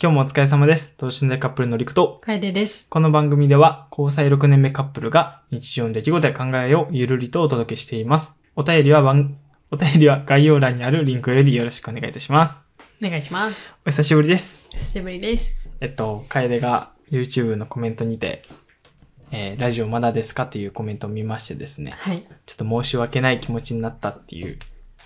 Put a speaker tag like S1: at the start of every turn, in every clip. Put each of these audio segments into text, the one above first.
S1: 今日もお疲れ様です。等身大カップルのりくと、
S2: 楓です。
S1: この番組では交際6年目カップルが日常の出来事や考えをゆるりとお届けしています。お便りは番、お便りは概要欄にあるリンクよりよろしくお願いいたします。
S2: お願いします。
S1: お久しぶりです。
S2: 久しぶりです。
S1: えっと、楓が YouTube のコメントにて、えーラジオまだですかというコメントを見ましてですね、
S2: はい。
S1: ちょっと申し訳ない気持ちになったっていう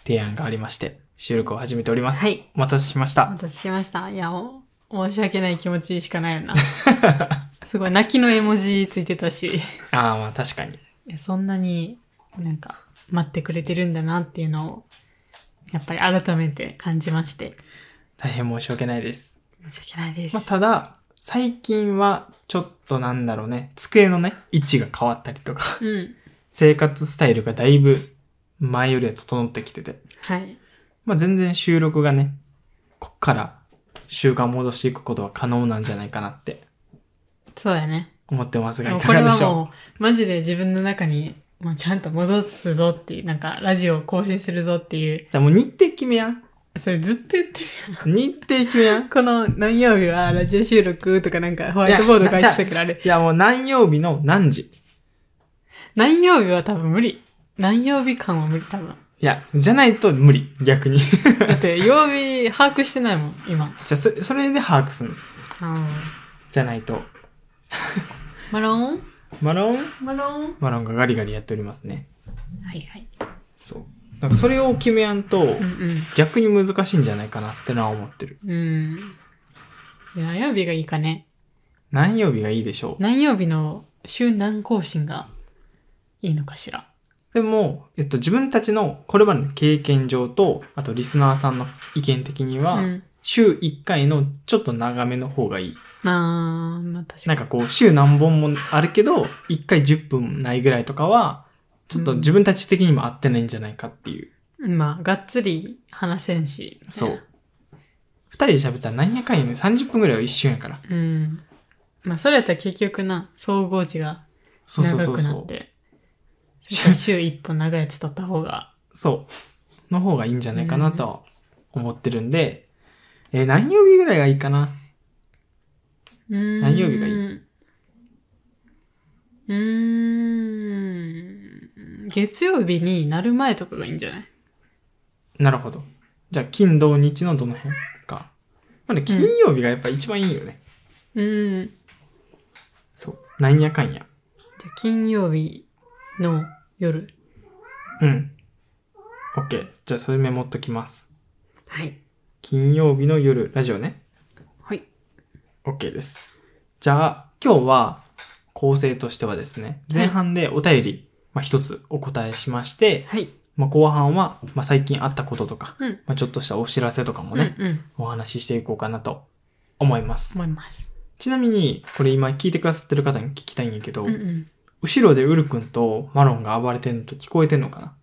S1: 提案がありまして、収録を始めております。
S2: はい。
S1: お待たせしまし
S2: お
S1: た。
S2: 待たせしました。いや、お申し訳ない気持ちしかないよな。 すごい泣きの絵文字ついてたし、い
S1: ああ、まあ確かに。
S2: やそんなになんか待ってくれてるんだなっていうのを、やっぱり改めて感じまして。
S1: 大変申し訳ないです。
S2: 申し訳ないです。
S1: まあ、ただ、最近はちょっとなんだろうね、机のね、位置が変わったりとか、
S2: うん。
S1: 生活スタイルがだいぶ前よりは整ってきてて、
S2: はい。
S1: まあ、全然収録がね、こっから習慣戻していくことは可能なんじゃないかなって
S2: そうだね。
S1: 思ってますが、
S2: も
S1: いう
S2: こ
S1: か
S2: れ
S1: がで
S2: は
S1: しょ
S2: もう、マジで自分の中に、もうちゃんと戻すぞっていう、なんか、ラジオを更新するぞっていう
S1: う。、じゃあもう日程決めやん。
S2: それずっと言ってる
S1: 日程決 めやん。
S2: この何曜日はラジオ収録とかなんかホワイトボード書いてたけどあれ、
S1: いやもう何曜日の何時。
S2: 何曜日は多分無理。何曜日間は無理多分。
S1: いや、じゃないと無理、逆に。 じ
S2: だって曜日把握してないもん、今。
S1: ゃあそれ、それで把握するの。
S2: うん。
S1: じゃないと。
S2: マロン
S1: マロン
S2: マロン
S1: マロンがガリガリやっておりますね。
S2: はいはい。
S1: そう。なんかそれを決めやんと、
S2: うん
S1: 逆に難しいんじゃないかなってのは思ってる。
S2: うん。うん。何曜日がいいかね。
S1: 何曜日がいいでしょう
S2: 何曜日の週何更新がいいのかしら。
S1: でも、えっと、自分たちのこれまでの経験上と、あとリスナーさんの意見的には、
S2: うん。
S1: 週1回のちょっと長めの方がいい。
S2: あー、まあ確か
S1: なん
S2: に。
S1: かこう、週何本もあるけど、1回10分ないぐらいとかは、ちょっと自分たち的にも合ってないんじゃないかっていう。
S2: まあ、がっつり話せんし。
S1: そう。。2人で喋ったら何やかんやね、30分ぐらいは一瞬やから。
S2: うん。まあ、それやったら結局な、総合値が
S1: そうそう
S2: 長
S1: そう
S2: くな
S1: そ
S2: っ
S1: う。
S2: て。それ から週一本長いやつ取った方が。
S1: そう。の方がいいんじゃないかなとは思ってるんで、えー何曜日ぐらいがいいかな
S2: 何
S1: 何曜日がいいう
S2: ーん。月曜日になる前とかがいいんじゃない
S1: なるほど。じゃあ、金、土、日のどの辺か。まだ金曜日がやっぱ一番いいよね。
S2: うん。じ
S1: そう。なんやかんや。
S2: ゃあ金曜日の夜。
S1: うん。OK。じゃあ、それメモっときます。
S2: はい。
S1: 金曜日の夜、ラジオね。
S2: はい。
S1: OK です。じゃあ、今日は、構成としてはですね、前半でお便り、まあ、一つお答えしまして、
S2: はい。
S1: まあ、後半は、まあ、最近あったこととか、
S2: うん。
S1: まあ、ちょっとしたお知らせとかも
S2: うん
S1: ね、
S2: うん。
S1: お話ししていこうかなと思います。
S2: 思います。
S1: ちなみに、これ今聞いてくださってる方に聞きたいんやけど、
S2: うんうん。
S1: 後ろでウル君とマロンが暴れてんのと聞こえてんのか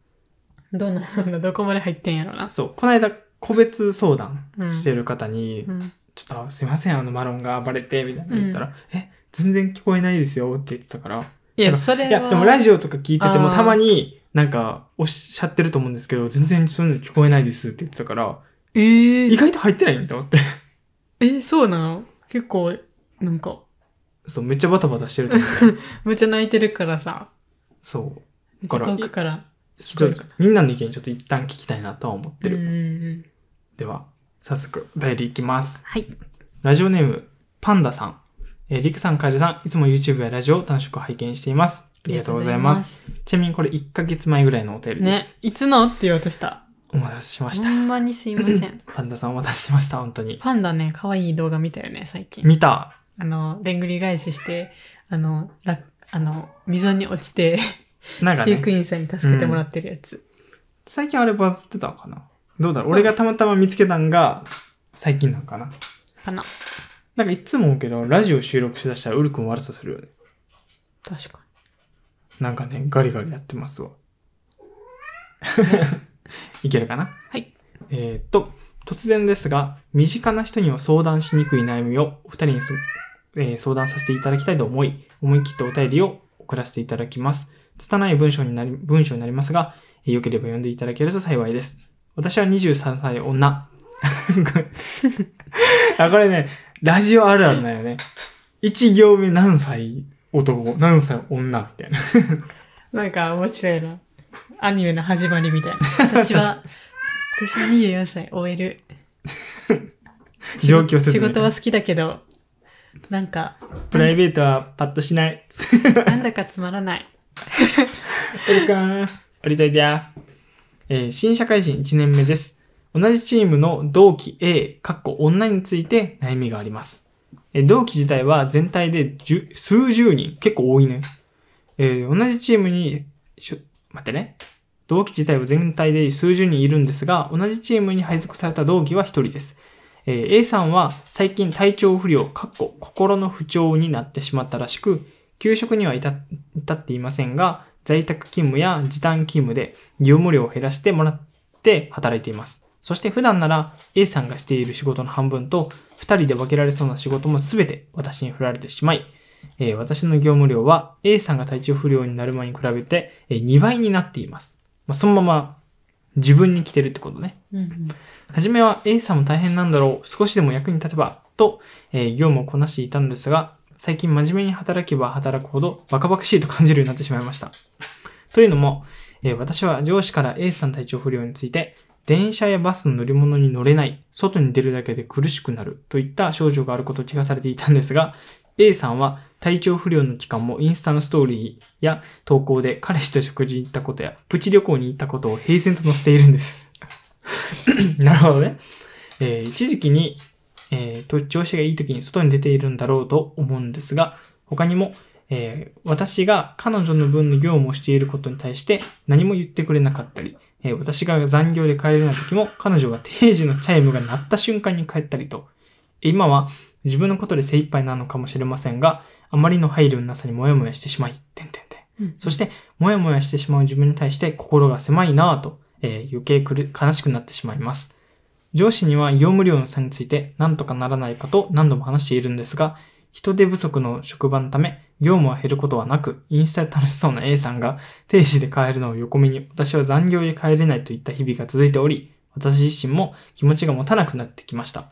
S1: な
S2: どうなん だどこまで入ってんやろな。
S1: そう、この間個別相談
S2: うん
S1: してる方に、
S2: うん。
S1: ちょっとすいません、あのマロンが暴れて、みたいなの言ったら、え、全然聞こえないですよって言ってたから。
S2: いや、それは。
S1: いや、でもラジオとか聞いてても
S2: あー
S1: たまになんかおっしゃってると思うんですけど、全然そういうの聞こえないですって言ってたから、
S2: えー
S1: 意外と入ってないんだと思って。
S2: え、そうなの結構、なんか、
S1: そう、めっちゃバタバタしてると思 って。
S2: むっちゃ泣いてるからさ、
S1: そう。
S2: めっちゃ遠くから聞
S1: ち
S2: こ
S1: ょ
S2: え
S1: っ
S2: る
S1: と
S2: か
S1: みんなの意見ちょっと一旦聞きたいなとは思って
S2: ら。
S1: る。
S2: うんうんうん。
S1: では、早速、お便りいきます。
S2: はい。
S1: ラジオネーム、パンダさん。えー、りくさん、カエルさん、いつも YouTube やラジオを楽しく拝見しています。ありがとうございます。
S2: ありがとう
S1: ちなみにこれ1ヶ月前ぐらいのお便り
S2: ござい
S1: で
S2: ます。
S1: す。
S2: ね、いつのって言おうとした。
S1: お待たせしまし
S2: ほ
S1: た。
S2: んまにすいませ ん。
S1: パンダさんお待たせしました、本当に。
S2: パンダね、可愛い動画見たよね、最近。
S1: 見た。
S2: あの、でんぐり返しして、あの、らあの、溝に落ちて、
S1: なんか
S2: 飼育
S1: ね、
S2: 員さんに助けてもらってるやつ。
S1: 最近あれバズってたのかなどうだろう俺がたまたま見つけたんが、最近なのかな
S2: かな。
S1: なんかいつも思うけど、ラジオ収録しだしたらウル君悪さするよね。
S2: 確か
S1: なんかね、ガリガリやってます わ。いけるかな
S2: はい。
S1: えーっと、突然ですが、身近な人には相談しにくい悩みをお二人にそえー相談させていただきたいと思い、思い切ってお便りを送らせていただきます。拙い文章になり、文章になりますが、えー良ければ読んでいただけると幸いです。私は23歳女。あ、これね、ラジオあるあるだよね。一行目何歳男、何歳女みたいな。
S2: なんか面白いな。アニメの始まりみたい な。私は、私は24歳 OL。
S1: 状況説明
S2: 仕事は好きだけど、なんか、
S1: プライベートはパッとしない。
S2: なんだかつまらない。
S1: エルカーン、降りといてや。えー新社会人1年目です。同じチームの同期 A、かっこ女について悩みがあります。えー同期自体は全体で10数十人、結構多いね。えー同じチームに、しょ待ってね。同期自体は全体で数十人いるんですが、同じチームに配属された同期は1人です。えー A さんは最近体調不良、かっこ心の不調になってしまったらしく、給食には至至っていませんが、在宅勤務や時短勤務で業務量を減らしてもらって働いています。そして普段なら A さんがしている仕事の半分と2人で分けられそうな仕事も全て私に振られてしまい、えー私の業務量は A さんが体調不良になる前に比べてえー2倍になっています。まあ、そのまま自分に来てるってことね。
S2: うんうん
S1: はじめは A さんも大変なんだろう、少しでも役に立てば、と、えー業務をこなしていたのですが、最近真面目に働けば働くほどバカバカしいと感じるようになってしまいました。というのも、えー私は上司から A さん体調不良について、電車やバスの乗り物に乗れない、外に出るだけで苦しくなるといった症状があることを聞かされていたんですが、A さんは体調不良の期間もインスタのストーリーや投稿で彼氏と食事に行ったことやプチ旅行に行ったことを平然と載せているんです。 なるほどね。えー一時期に、えーと調子がいい時に外に出ているんだろうと思うんですが、他にも、えー私が彼女の分の業務をしていることに対して何も言ってくれなかったり、えー私が残業で帰れない時も彼女が定時のチャイムが鳴った瞬間に帰ったりと、今は自分のことで精一杯なのかもしれませんが、あまりの配慮のなさにモヤモヤしてしまい、てんてんてん。
S2: うん
S1: そして、もやもやしてしまう自分に対して心が狭いなぁと、えー余計くる悲しくなってしまいます。上司には業務量の差について何とかならないかと何度も話しているんですが、人手不足の職場のため、業務は減ることはなく、インスタで楽しそうな A さんが定時で帰るのを横目に、私は残業で帰れないといった日々が続いており、私自身も気持ちが持たなくなってきました。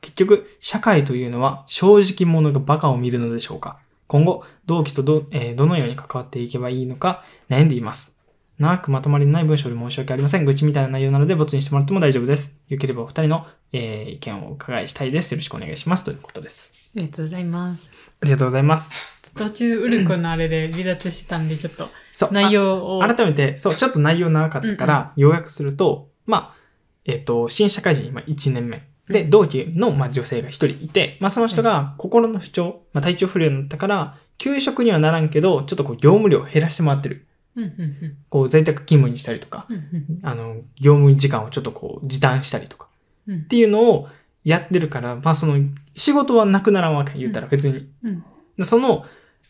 S1: 結局、社会というのは正直者がバカを見るのでしょうか今後、同期とど,、えーどのように関わっていけばいいのか悩んでいます。長くまとまりのない文章で申し訳ありません。愚痴みたいな内容なので、ボツにしてもらっても大丈夫です。よければお二人の、えー意見をお伺いしたいです。よろしくお願いします。ということです。
S2: ありがとうございます。
S1: ありがとうございます。
S2: 途中、ウルコのあれで離脱してたんで、ちょっと
S1: そう。
S2: 内容を。
S1: あ改めて、そう、ちょっと内容長かったから、要約すると、まあ、えっ、と、新社会人、今1年目。で、同期の、まあ、女性が1人いて、まあ、その人が心の不調、まあ、体調不良になったから、給食にはならんけど、ちょっとこう、業務量を減らしてもらってる。
S2: うんうんうん
S1: こう、在宅勤務にしたりとか、
S2: うんうん
S1: あの、業務時間をちょっとこう、時短したりとか、
S2: う
S1: っ
S2: ん
S1: ていうのをやってるから、まあ、その、仕事はなくならんわけ、言ったら別に。
S2: うん
S1: でその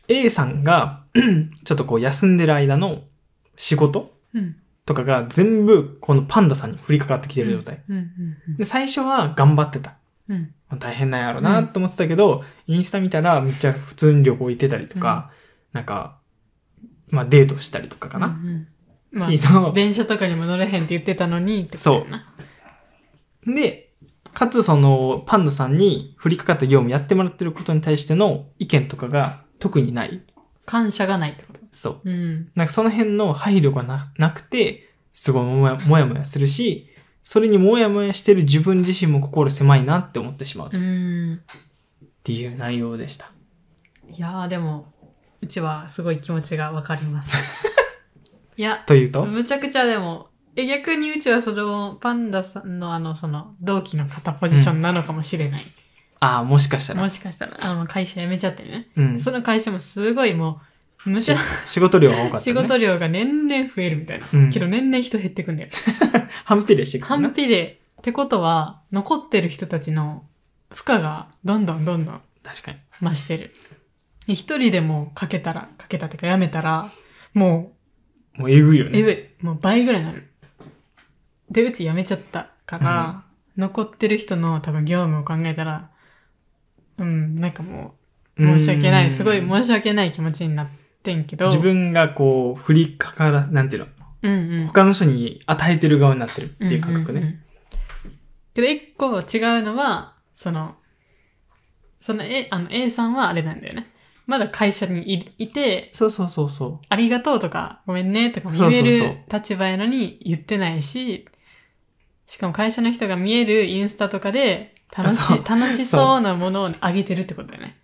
S1: A さんが ちょっとこう休んでる間の仕事
S2: うん
S1: とかが全部このパンダさんに降りかかってきてる状態。
S2: うんうんうん
S1: で、最初は頑張ってた。
S2: うんうん
S1: まあ大変なんやろなと思ってたけど、インスタ見たらめっちゃ普通に旅行行ってたりとか、なんか、まあデートしたりとかかな。
S2: うんうんま
S1: っていうの
S2: あ、
S1: を
S2: 電車とかにも乗れへんって言ってたのにってことやな、
S1: で、かつそのパンダさんに降りかかった業務やってもらってることに対しての意見とかが特にない。
S2: 感謝がないってこと。
S1: そう。
S2: うん。
S1: なんかその辺の配慮がななくて、すごいもやもやもやするし、それにもやもやしてる自分自身も心狭いなって思ってしまう
S2: う
S1: っ
S2: ん。
S1: ていう内容でした。
S2: いやーでも、うちはすごい気持ちがわかります。いや、
S1: というと、
S2: むちゃくちゃでも、え逆にうちはそのパンダさんのあの、その同期の肩ポジションなのかもしれない。
S1: ああ、もしかしたら
S2: も、しかしたら、あの、会社辞めちゃってね。
S1: うん、
S2: その会社もすごいもう、むちゃ、
S1: し仕事量が多かった、ね。
S2: 仕事量が年々増えるみたいな。
S1: うん
S2: けど年々人減ってくんだよ。
S1: 反比例してくるな
S2: 反比例。ってことは、残ってる人たちの負荷がどんどんどんどん
S1: 確かに。
S2: 増してる。で一人でもかけたら、かけたってかやめたら、も
S1: もうえぐいよ
S2: う、
S1: ね。
S2: えぐい。もう倍ぐらいになる。で、うち辞めちゃったから、残ってる人の多分業務を考えたら、うん、なんかもう、申し訳な
S1: うん
S2: い。すごい申し訳ない気持ちになってんけど、
S1: 自分がこう、振りかから、なんていうの、
S2: うんうん、
S1: 他の人に与えてる側になってるっていう感覚ね。
S2: んんんけど一個違うのは、その、その A, あの A さんはあれなんだよね。まだ会社にいいて、
S1: そうそうそうそ
S2: ありがとうとか、ごめんねとかも
S1: そうそう
S2: 言え
S1: そう
S2: る立場やのに言ってないし、しかも会社の人が見えるインスタとかで楽し
S1: そう
S2: 楽しそうなものを上げてるってことだよね。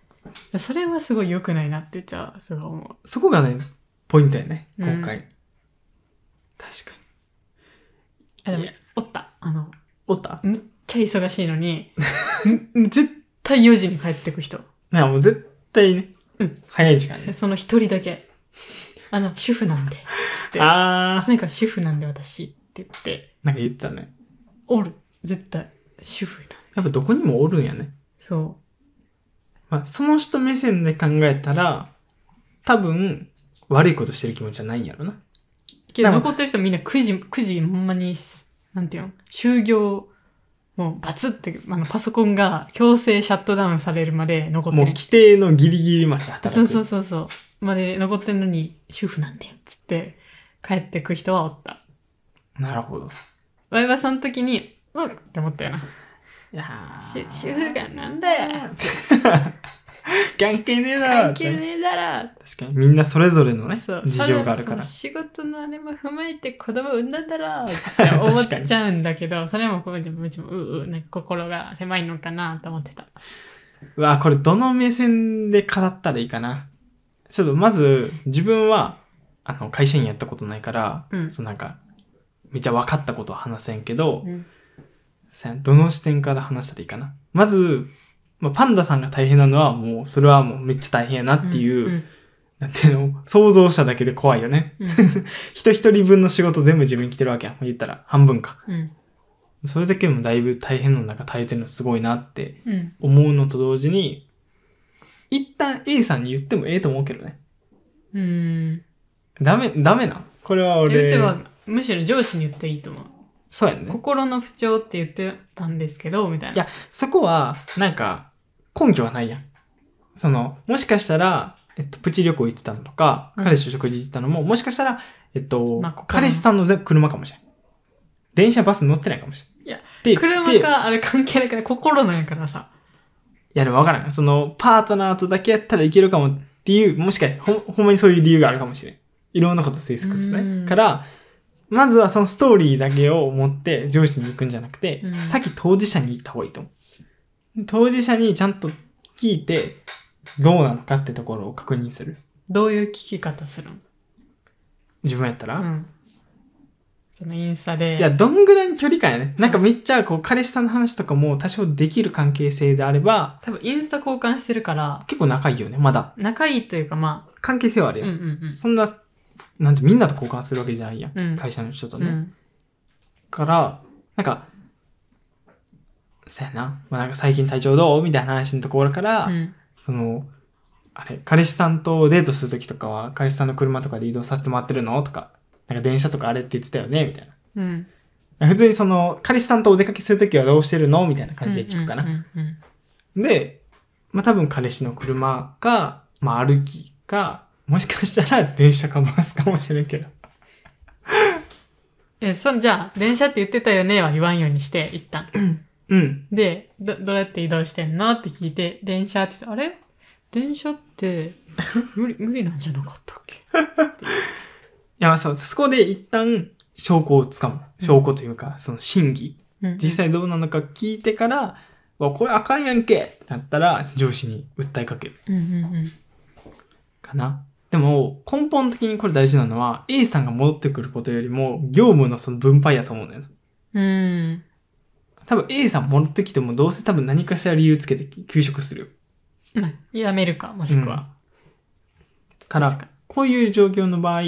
S2: それはすごい良くないなってじゃあすごい思
S1: う。そこがね、ポイントやね、今回。
S2: う
S1: 確かに。
S2: う。あ、でも
S1: いや、
S2: おった。あの、
S1: おった
S2: めっちゃ忙しいのに、 ん絶対4時に帰ってく人。
S1: いや、もう絶対ね、
S2: うん
S1: 早い時間ね。
S2: その一人だけ。あの、主婦なんで、つって。な
S1: あー、
S2: んか主婦なんで私って言って、
S1: なんか言ってたね。
S2: おる。絶対。主婦だ。
S1: やっぱどこにもおるんやね。
S2: そ
S1: まあ、その人目線で考えたら、多分、悪いことしてる気持ちはないんやろな。
S2: う。けど
S1: なんか
S2: 残ってる人みんな9時、9時ほんまに、なんていうの就業、もうバツって、あの、パソコンが強制シャットダウンされるまで残って
S1: もう
S2: る。
S1: 規定のギリギリまで働く。
S2: そうそうそうそう。まで残ってるのに、主婦なんだよ、つって、帰ってく人はおった。
S1: なるほど。
S2: ワイはその時に、うんって思ったよな。
S1: いや
S2: 主主婦がなんだよ
S1: 関係ねえだろ
S2: 関
S1: って
S2: 係ねえだろ
S1: 確かにみんなそれぞれのね
S2: そう
S1: 事情があるから
S2: それその仕事のあれも踏まえて子供産んだんだろうって思っちゃうんだ けどそれもこうでもうちもううなんか心が狭いのかなと思ってた
S1: うわこれどの目線で語ったらいいかなちょっとまず自分はあの会社員やったことないから、
S2: うん
S1: そのなんかめっちゃ分かったことは話せんけど、
S2: うん
S1: さどの視点から話したらいいかなまず、まあ、パンダさんが大変なのはもうそれはもうめっちゃ大変やなっていう、
S2: うん
S1: なんていうの想像しただけで怖いよね
S2: うん
S1: 人一人分の仕事全部自分に来てるわけやん言ったら半分か
S2: うん
S1: それだけでもだいぶ大変な中耐えてるのすごいなって
S2: うん
S1: 思うのと同時に、一旦 A さんに言ってもええと思うけどね。
S2: うん
S1: ダメ、ダメな。これは俺、
S2: うちはむしろ上司に言っていいと思う、
S1: そうやね。
S2: 心の不調って言ってたんですけどみた
S1: い
S2: いな
S1: やそこは、なんか、根拠はないやん。その、もしかしたら、えっと、プチ旅行行ってたのとか、
S2: うん
S1: 彼氏と食事行ってたのも、もしかしたら、えっと、
S2: まあここ
S1: 彼氏さんの全車かもしれん。電車、バス乗ってないかもしれん。
S2: いや
S1: で、
S2: 車
S1: で
S2: かあれ関係ないから心なんやからさ
S1: いや、でも分からん。その、パートナーとだけやったらいけるかもっていう、もしかほん、ほんまにそういう理由があるかもしれん。いろんなこと推測する
S2: う
S1: ね。
S2: ん
S1: から、まずはそのストーリーだけを持って上司に行くんじゃなくて、
S2: うん
S1: さっき当事者に行った方がいいと思う。当事者にちゃんと聞いて、どうなのかってところを確認する。
S2: どういう聞き方するの
S1: 自分やったら。
S2: うんそのインスタで
S1: いや、どんぐらいの距離感やね。なんかめっちゃ、こう、彼氏さんの話とかも多少できる関係性であれば、
S2: 多分インスタ交換してるから
S1: 結構仲いいよね、まだ。
S2: 仲いいというかま
S1: 関係性はあ
S2: あ
S1: る
S2: うん
S1: よ。
S2: うんうん
S1: そんな、なんてみんなと交換するわけじゃないやん。
S2: うん
S1: 会社の人と
S2: う
S1: ね。
S2: ん
S1: から、なんか、そうやな。まあ、なんか最近体調どうみたいな話のところから、
S2: うん
S1: その、あれ、彼氏さんとデートするときとかは、彼氏さんの車とかで移動させてもらってるのとか、なんか電車とかあれって言ってたよねみたいな。
S2: うん
S1: 普通にその、彼氏さんとお出かけするときはどうしてるのみたいな感じで聞くかな。
S2: うんうんうん
S1: で、まあ、多分彼氏の車か、まあ、歩きか、もしかしたら電車かバスかもしれんけど。
S2: えそんじゃあ電車って言ってたよねは言わんようにして一旦
S1: うん。
S2: でどどうやって移動してんのって聞いて電車って言ってあれ電車って無理無理なんじゃなかったっけ
S1: いや、まあそう、そこで一旦証拠をつかむ。証拠というか、その真偽。
S2: うん
S1: 実際どうなのか聞いてから、わ、これあかんやんけってなったら、上司に訴えかける
S2: うんうんうん
S1: かな。でも、根本的にこれ大事なのは、A さんが戻ってくることよりも、業務のその分配やと思うんだよな。
S2: うん
S1: 多分 A さん戻ってきても、どうせ多分何かしら理由つけて休職するよ。
S2: まあやめるかもしくは、
S1: から、
S2: 確か
S1: こういう状況の場合、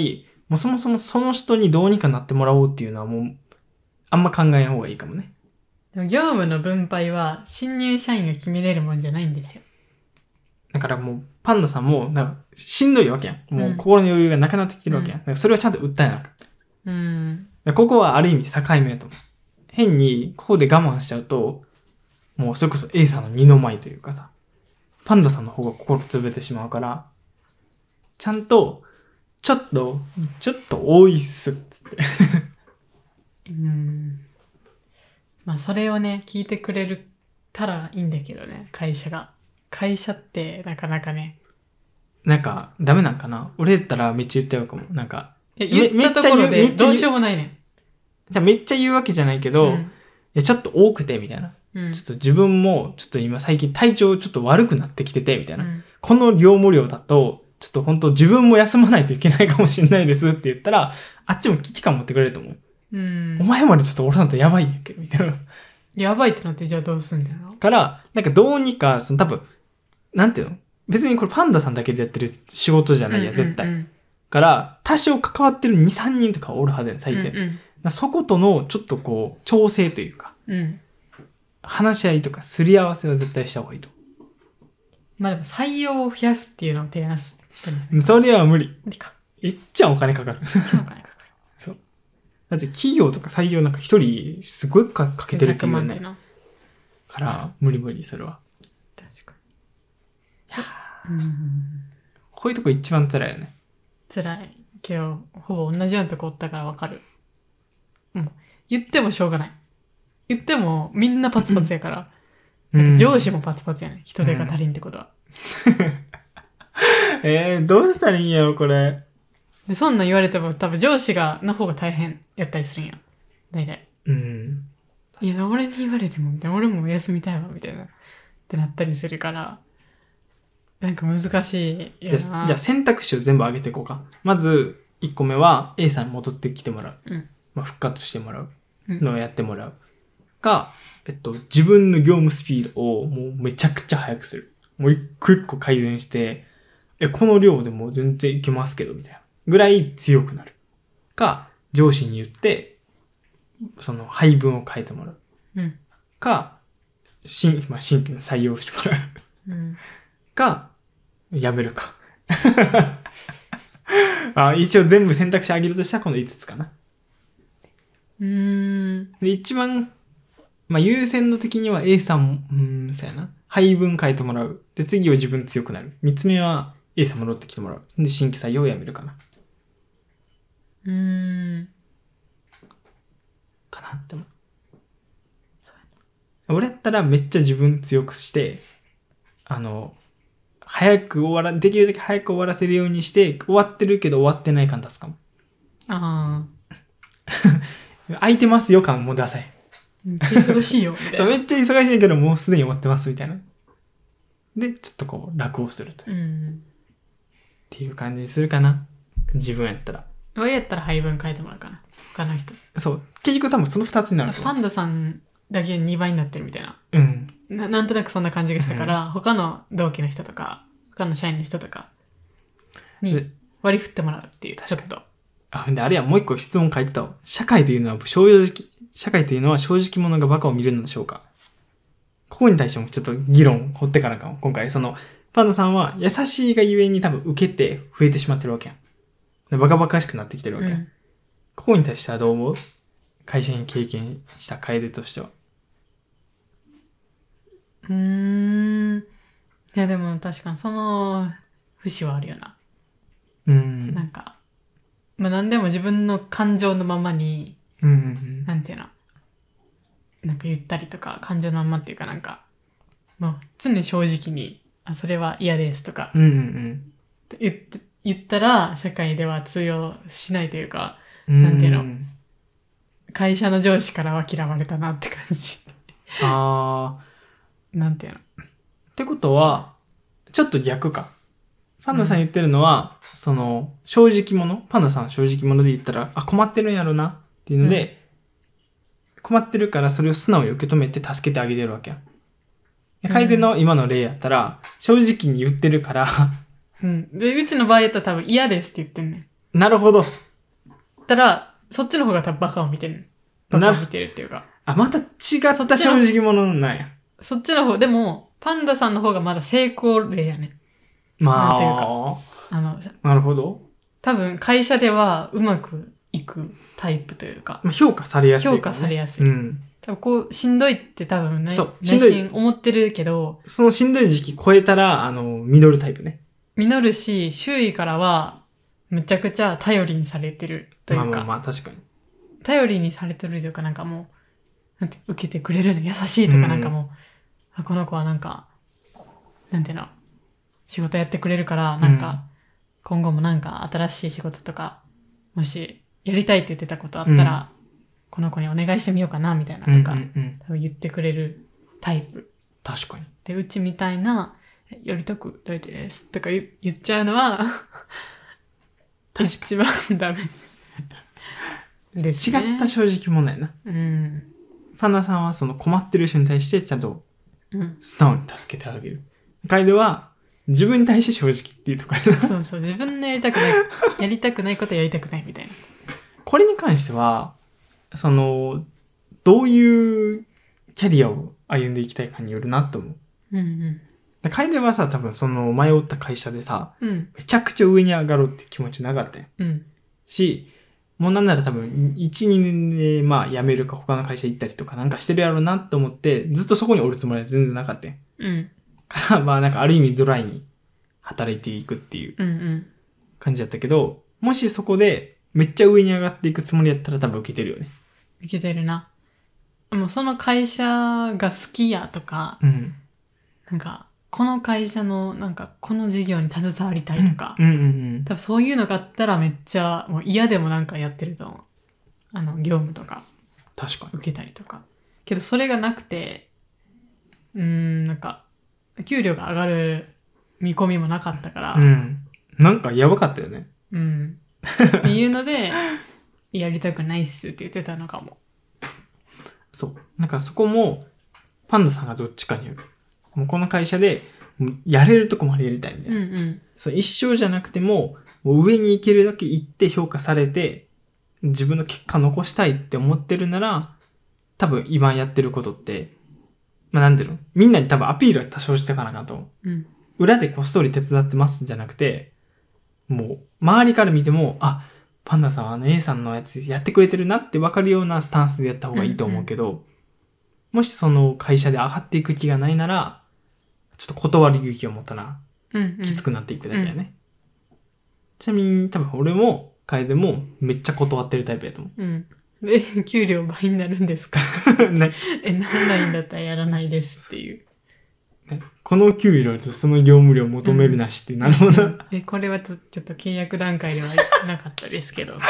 S1: もうそもそもその人にどうにかなってもらおうっていうのはもう、あんま考えん方がいいかもね。
S2: でも業務の分配は新入社員が決めれるもんじゃないんですよ
S1: だからもう、パンダさんも、なんか、しんどいわけやん。もううん心の余裕がなくなってきてるわけやん。だからそれをちゃんと訴えなあかんだか
S2: うん
S1: らここはある意味境目やと思う。変に、ここで我慢しちゃうと、もうそれこそ A さんの二の舞というかさ、パンダさんの方が心潰れてしまうから、ちゃんと、ちょっと、ちょっと多いっすっつって。
S2: うんまあそれをね聞いてくれるたらいいんだけどね会社が会社ってなかなかね。
S1: なんか、ダメなんかな俺だったらめっちゃ言っちゃうかも。なんか、
S2: いや
S1: め
S2: 言ったところ
S1: め
S2: で
S1: っちゃ言うめっちゃ言う
S2: どうしようもないねん。
S1: じゃあめっちゃ言うわけじゃないけど、い
S2: うん
S1: や、ちょっと多くて、みたいな。
S2: うん
S1: ちょっと自分も、ちょっと今最近体調ちょっと悪くなってきてて、みたいうな。
S2: ん
S1: この量も量だと、ちょっと本当自分も休まないといけないかもしれないですって言ったら、あっちも危機感持ってくれると思う。
S2: うん
S1: お。前までちょっと俺なんてやばいんやけど、みたいな。
S2: やばいってなって、じゃあどうすんだよな。
S1: から、なんかどうにか、その多分、なんていうの別にこれパンダさんだけでやってる仕事じゃないや、絶対。
S2: うんうん
S1: から、多少関わってる2、3人とかおるはずやん、最低。だか
S2: うん
S1: らそことの、ちょっとこう、調整というか、
S2: うんうん。
S1: 話し合いとかすり合わせは絶対した方がいいと。
S2: まあでも採用を増やすっていうのを提案すしたんだよね
S1: それは無理。
S2: 無理か。
S1: いっちゃんお金かかる。
S2: 一番お金かかる。
S1: だって企業とか採用なんか一人すごいかかけてるって
S2: 数
S1: いう
S2: 百
S1: よ
S2: 万って
S1: ね。
S2: な。
S1: から、無理無理、それは。
S2: 確かに。うん。
S1: こういうとこ一番辛いよね。
S2: 辛いけど、ほぼ同じようなとこおったからわかる。うん。言ってもしょうがない。言ってもみんなパツパツやから。
S1: うん
S2: 上司もパツパツやねん。人手が足りんってことは。
S1: えー、どうしたらいいんやろ、これ。
S2: で、そんなん言われても多分上司が、の方が大変やったりするんや。大体。
S1: うん。
S2: いや、俺に言われても、みたいな。俺もお休みたいわ、みたいな。ってなったりするから。なんか難しいよ
S1: じ
S2: な。
S1: ゃあじゃあ選択肢を全部上げていこうか。まず、1個目は A さんに戻ってきてもらう。
S2: うん
S1: まあ、復活してもらう。
S2: うん
S1: のをやってもらう。か、えっと、自分の業務スピードをもうめちゃくちゃ速くする。もう一個一個改善して、え、この量でもう全然いけますけど、みたいな。ぐらい強くなる。か、上司に言って、その配分を変えてもらう。
S2: うん。
S1: か、新、まあ、新規の採用してもらう。
S2: うん。
S1: か、やめるか。 あ一応全部選択肢あげるとしたらこの5つかな。
S2: うーん。
S1: で、一番、まあ、優先の時には A さんも、うーん、そうやな。配分変えてもらう。で、次は自分強くなる。三つ目は A さん戻ってきてもらう。で、新規採用をやめるかな。
S2: うーん。
S1: かなって思う。
S2: そう
S1: 俺やったらめっちゃ自分強くして、あの、早く終わら、できるだけ早く終わらせるようにして、終わってるけど終わってない感出すかも。
S2: あ
S1: 空いてますよ感も出せ。
S2: あ。めっちゃ忙しいよ。みたいな
S1: そう、めっちゃ忙しいけど、もうすでに終わってます、みたいな。で、ちょっとこう、楽をすると。っ
S2: うん。
S1: ていう感じにするかな。自分やったら。
S2: 俺やったら配分変えてもらうかな。他の人。
S1: そう。結局多分その二つになると思
S2: パンダさんだけ2倍になってるみたいな。
S1: う。うん。
S2: ななんとなくそんな感じがしたから、他の同期の人とか、他の社員の人とか
S1: で
S2: に割り振ってもらうっていう。ちょ
S1: 確
S2: っと。
S1: あ、ほんで、あれや、もう一個質問書いてたわ。社会というのは、正直、社会というのは正直者がバカを見るのでしょうかここに対してもちょっと議論を掘ってからかも。今回、その、パンダさんは優しいがゆえに多分受けて増えてしまってるわけやん。でバカバカしくなってきてるわ
S2: う
S1: けやん。
S2: ん。
S1: ここに対してはどう思う会社に経験した楓としては。
S2: うーん。いや、でも確かにその節はあるよな。
S1: うん
S2: なんか、まあ何でも自分の感情のままに
S1: うんうん
S2: なんていうのなんか言ったりとか感情のまんまっていうかなんかもう常に正直に「あそれは嫌です」とか
S1: うん。うんうん
S2: 言って言ったら社会では通用しないというか
S1: うん。
S2: なんていうの
S1: ん
S2: 会社の上司からは嫌われたなって感じ
S1: あ
S2: なんていうの
S1: ー。ってことは、ちょっと逆か。パンダさん言ってるのは、その、正直者パンダさんは正直者で言ったら、あ、困ってるんやろなっていうので、困ってるからそれを素直に受け止めて助けてあげてるわけやん。で楓の今の例やったら、正直に言ってるから、
S2: うんでうちの場合やったら多分「嫌です」って言ってんねん
S1: なるほど。
S2: たらそっちの方が多分バカを見てるねんバカを見てるっていうか
S1: あ、また違った正直者なんや。
S2: そっちの方でもパンダさんの方がまだ成功例やねん
S1: ま
S2: なんていう
S1: あ、
S2: あの
S1: なるほど。
S2: 多分会社ではうまくいくタイプというか
S1: まあ、評価されやすい、
S2: 評価されやすい
S1: うん。
S2: 多分こうしんどいって多分ね
S1: そうしん
S2: 内
S1: どい
S2: 心思ってるけど
S1: そのしんどい時期超えたら、あの、ミドルタイプね。
S2: 実るし周囲からはむちゃくちゃ頼りにされてるという
S1: ま
S2: か、
S1: あまあまあ、確かに。
S2: 頼りにされてるというかなんかもうなんて受けてくれるの優しいとか、
S1: うん
S2: なんかもうあこの子はなんかなんていうの、仕事やってくれるから、なんか、今後もなんか新しい仕事とか、もしやりたいって言ってたことあったら、この子にお願いしてみようかな、みたいな
S1: うんう
S2: と
S1: ん
S2: か、
S1: うん、
S2: 多分言ってくれるタイプ。
S1: 確かに。
S2: で、うちみたいな、えやりたくないですとか言言っちゃうのは、一番ダメ。ですね
S1: 違った正直もないな。
S2: うん。
S1: パンダさんはその困ってる人に対してちゃんと
S2: うん。
S1: 素直に助けてあげる。楓は自分に対して正直っていうところ。
S2: そうそう、自分のやりたくない、やりたくないことはやりたくないみたいな。
S1: これに関しては、その、どういうキャリアを歩んでいきたいかによるなと思う。
S2: うん
S1: で楓はさ、多分その迷った会社でさ、
S2: うん。うん。
S1: めちゃくちゃ上に上がろうって気持ちなかったよ。
S2: うん。
S1: し、もうなんなら多分、1、2年で、まあ、辞めるか他の会社行ったりとかなんかしてるやろうなと思って、ずっとそこにおるつもりは全然なかったよ。
S2: うん。
S1: から、まあ、なんかある意味ドライに働いていくっていう
S2: うん。うん。
S1: 感じだったけど、もしそこで、めっちゃ上に上がっていくつもりやったら多分受けてるよね。
S2: いけてるな。もうその会社が好きやとか、
S1: うん。
S2: なんか、この会社の、なんか、この事業に携わりたいとか、
S1: うんうんうん。
S2: 多分そういうのがあったらめっちゃ、もう嫌でもなんかやってると思う。あの、業務とか、
S1: 確かに。
S2: 受けたりとか。けどそれがなくて、うーん、なんか、給料が上がる見込みもなかったから、
S1: うん。なんかやばかったよね。
S2: うん。っていうので、やりたくないっすって言ってたのかも。
S1: そう。なんかそこも、パンダさんがどっちかによる。もうこの会社で、もうやれるとこまでやりたいみたいな。
S2: うんうん。
S1: その一生じゃなくても、もう上に行けるだけ行って評価されて、自分の結果残したいって思ってるなら、多分今やってることって、まあなんていうのみんなに多分アピールは多少してかなあかんと思う。
S2: うん。
S1: 裏でこっそり手伝ってますじゃなくて、もう、周りから見ても、あ、パンダさんはあの A さんのやつやってくれてるなって分かるようなスタンスでやった方がいいと思うけど、もしその会社で上がっていく気がないなら、ちょっと断る勇気を持ったら
S2: うん、うん。
S1: きつくなっていくだけだよね。ちなみに多分俺も楓もめっちゃ断ってるタイプやと思
S2: うん。で、給料倍になるんですか
S1: う。ね
S2: え、なんないんだったらやらないですっていう。
S1: ねこの給料とその業務量求めるなしってなるほど。
S2: え、これはちょちょっと契約段階ではなかったですけど、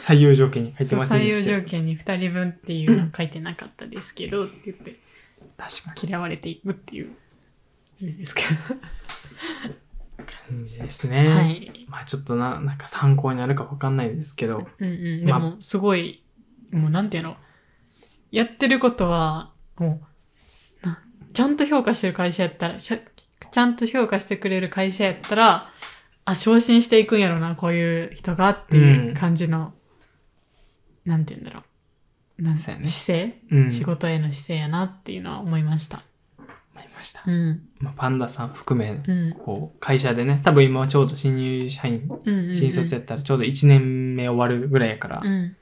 S1: 採用条件に書いて
S2: そう
S1: ません
S2: 採
S1: でし
S2: 用
S1: たけど
S2: 条件に2人分っていうのは書いてなかったですけどって言って
S1: 確かに。
S2: 嫌われていくっていう。あれですけ
S1: 感じです
S2: ど。
S1: ね。
S2: はい。
S1: まあちょっとな、なんか参考になるかわかんないですけど、
S2: うんうん。で
S1: まあ
S2: も、すごい、もうなんていうの、やってることは、もう、なちゃんと評価してる会社やったら、しゃちゃんと評価してくれる会社やったら、あ、昇進していくんやろな、こういう人がっていう感じの、なんていうんだろう。なん
S1: そうやね
S2: 姿勢、
S1: うん。
S2: 仕事への姿勢やなっていうのは思いました。
S1: 思いました。
S2: うん。
S1: まあパンダさん含め、
S2: うん。
S1: こう、会社でね、多分今はちょうど新入社員、
S2: うんうん、うん。
S1: 新卒やったらちょうど1年目終わるぐらいやから、
S2: うん。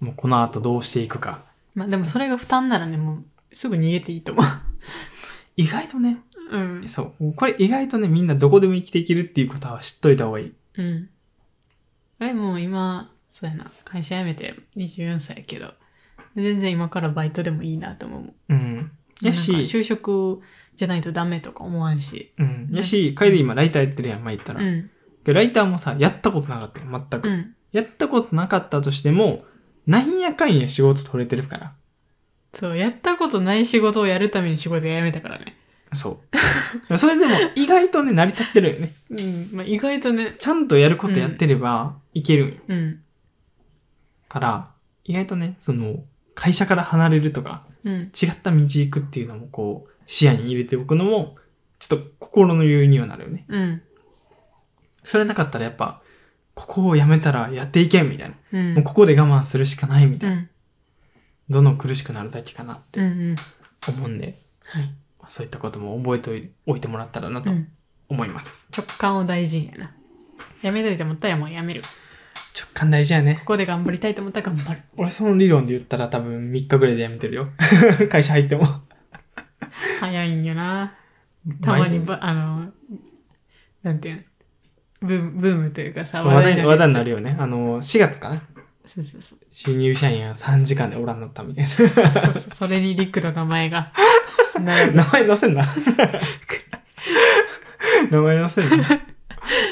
S1: もうこの後どうしていくか。
S2: まあでもそれが負担ならね、もうすぐ逃げていいと思
S1: 意外とね、
S2: う。うん。
S1: そう。これ意外とね、みんなどこでも生きていけるっていうことは知っといた方がいい。
S2: うん。あれもう今、そうやな、会社辞めて24歳やけど、全然今からバイトでもいいなと思う。
S1: うん。や
S2: なんか
S1: し、
S2: 就職じゃないとダメとか思わんし。
S1: うん。やし、彼で今ライターやってるやん、前言った
S2: う
S1: ら。
S2: ん。
S1: でライターもさ、やったことなかったよ、全く。
S2: うん。
S1: やったことなかったとしても、なんやかんや仕事取れてるから。
S2: そう、やったことない仕事をやるために仕事辞めたからね。
S1: そう。 それでも意外とね、成り立ってるよね。
S2: うん。まあ、意外とね、
S1: ちゃんとやることやってればいけるんよ
S2: うん。
S1: から、意外とね、その、会社から離れるとか、
S2: うん。
S1: 違った道行くっていうのもこう、視野に入れておくのも、ちょっと心の余裕にはなるよね。
S2: うん。
S1: それなかったらやっぱ、ここをやめたらやっていけんみたいな。
S2: うん。うん
S1: もうここで我慢するしかないみた
S2: う
S1: いな。
S2: ん。
S1: どんどん苦しくなるだけかなって
S2: うん。
S1: 思うんで、
S2: はい。
S1: そういったことも覚えておいおいてもらったらなと
S2: うん。
S1: 思います。
S2: 直感を大事にやな。辞めたいと思ったらもう辞める。
S1: 直感大事やね。
S2: ここで頑張りたいと思ったら頑張る。
S1: 俺その理論で言ったら多分3日ぐらいで辞めてるよ。 会社入っても。
S2: 早いんよな。たまにば、あの、なんていうのブーム、ブームというかさ、
S1: 話題に話題にな
S2: る
S1: るよね。あの、4月かな。
S2: そうそうそう。
S1: 新入社員は3時間でおらんなったみたいな。
S2: そうそうそれに陸の名前が。なる
S1: 名前載せんな。 名前載せんな。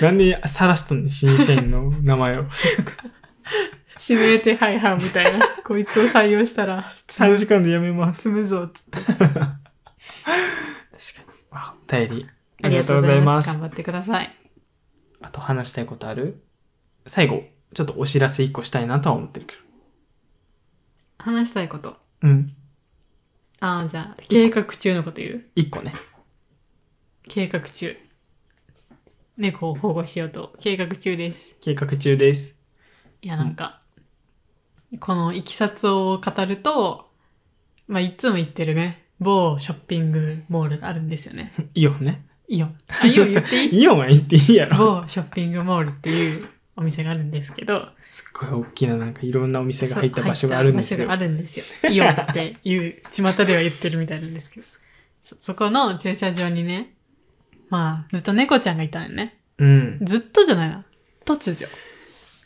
S1: なんで晒しとんねん、新入社員の名前を。
S2: 指名手配犯みたいな。こいつを採用したら、
S1: 3時間でやめます。
S2: 済むぞっつって。
S1: 確かに。あ、お便り。ありがとうございます
S2: ありがとうござい頑張ってください。
S1: あと話したいことある最後、ちょっとお知らせ1個したいなとは思ってるけ
S2: 話したいこと。
S1: ど。うん。
S2: ああ、じゃあ、計画中のこと言う。
S1: 1個ね。
S2: 計画中。猫を保護しようと。計画中です。
S1: 計画中です。
S2: いや、なんか、このいきさつを語ると、まあ、いつも言ってるね、某ショッピングモールがあるんです よね。
S1: イオンね。
S2: イオン。あ、イオン言っていい
S1: イオンは行っていいやろ。
S2: 某ショッピングモールっていうお店があるんですけど、
S1: すっごい大きななんかいろんなお店が入った場所があるんです
S2: そう
S1: よ
S2: 入っ。た場所があるんですよ。イオンっていう、巷では言ってるみたいなんですけど、そ、そこの駐車場にね、まあ、ずっと猫ちゃんがいたのよね。
S1: うん。
S2: ずっとじゃないな。突如。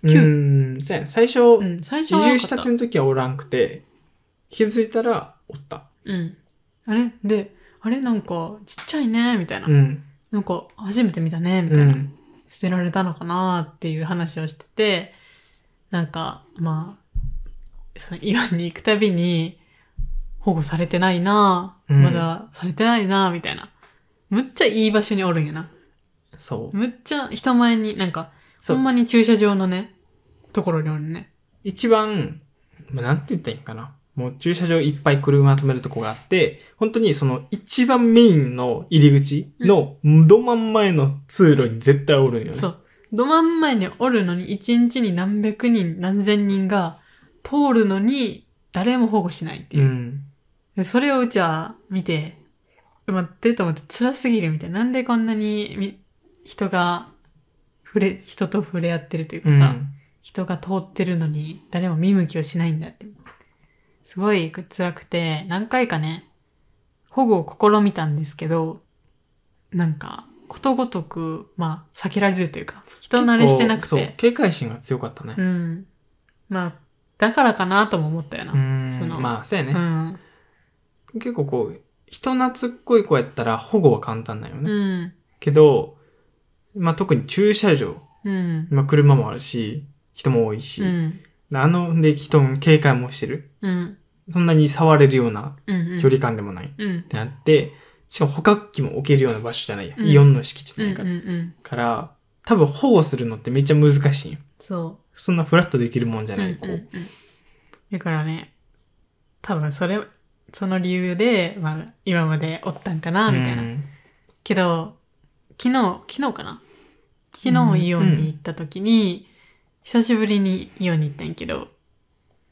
S1: う
S2: 急
S1: ん。そうやね最初、
S2: うん、最初
S1: 移
S2: は
S1: 住
S2: 良か
S1: し
S2: った
S1: たての時はおらんくて、気づいたらおった。
S2: うん。あれで、あれなんか、ちっちゃいねみたいな。
S1: うん。
S2: なんか、初めて見たねみた
S1: う
S2: いな。
S1: ん。
S2: 捨てられたのかなっていう話をしてて、なんか、まあ、そのイオンに行くたびに、保護されてないな
S1: うん
S2: まだされてないなみたいな。むっちゃいい場所におるんやな。
S1: そう。
S2: むっちゃ人前に、なんか、
S1: そ
S2: ほ
S1: うん
S2: まに駐車場のね、ところにおるね。
S1: 一番、まあ、なんて言ったらいいんかな。もう駐車場いっぱい車止めるとこがあって、本当にその一番メインの入り口のど真ん前の通路に絶対おるんよね。
S2: そう。ど真ん前におるのに、一日に何百人、何千人が通るのに、誰も保護しないっていうう。
S1: ん。
S2: でそれをうちは見て、待ってと思って辛すぎるみたいな。なんでこんなにみ人が、触れ、人と触れ合ってるという
S1: う
S2: かさ、
S1: ん。
S2: 人が通ってるのに誰も見向きをしないんだって。すごい辛くて、何回かね、保護を試みたんですけど、なんか、ことごとく、まあ、避けられるというか、人慣れしてなく
S1: そう
S2: て。。
S1: 警戒心が強かったね
S2: う。ん。まあ、だからかなとも思ったよな。
S1: う
S2: うん。
S1: ん。
S2: その
S1: まあ、そうやね。結構こう、人懐っこい子やったら保護は簡単だよ
S2: う
S1: ね。
S2: ん。
S1: けど、まあ特に駐車場。
S2: うん。
S1: まあ車もあるし、人も多いし。
S2: うん。
S1: あの、で、人の警戒もしてる。
S2: うん。
S1: そんなに触れるような
S2: うん。
S1: 距離感でもない。っ
S2: うん。
S1: てなって、しかも捕獲器も置けるような場所じゃないや。
S2: うん
S1: イオンの敷地
S2: うん。
S1: 内
S2: う
S1: か
S2: ん。
S1: ら。
S2: うん。
S1: から、多分保護するのってめっちゃ難しいよ。
S2: そ
S1: そんなフラットできるもんじゃ
S2: う。
S1: ない、
S2: う
S1: こ
S2: ん。う。
S1: うん
S2: うんだからね、多分それ、その理由で、まあ、今までおったんかな、みたいな。
S1: うん
S2: けど、昨日、昨日かな昨日イオンに行った時に、久しぶりにイオンに行ったんやけど、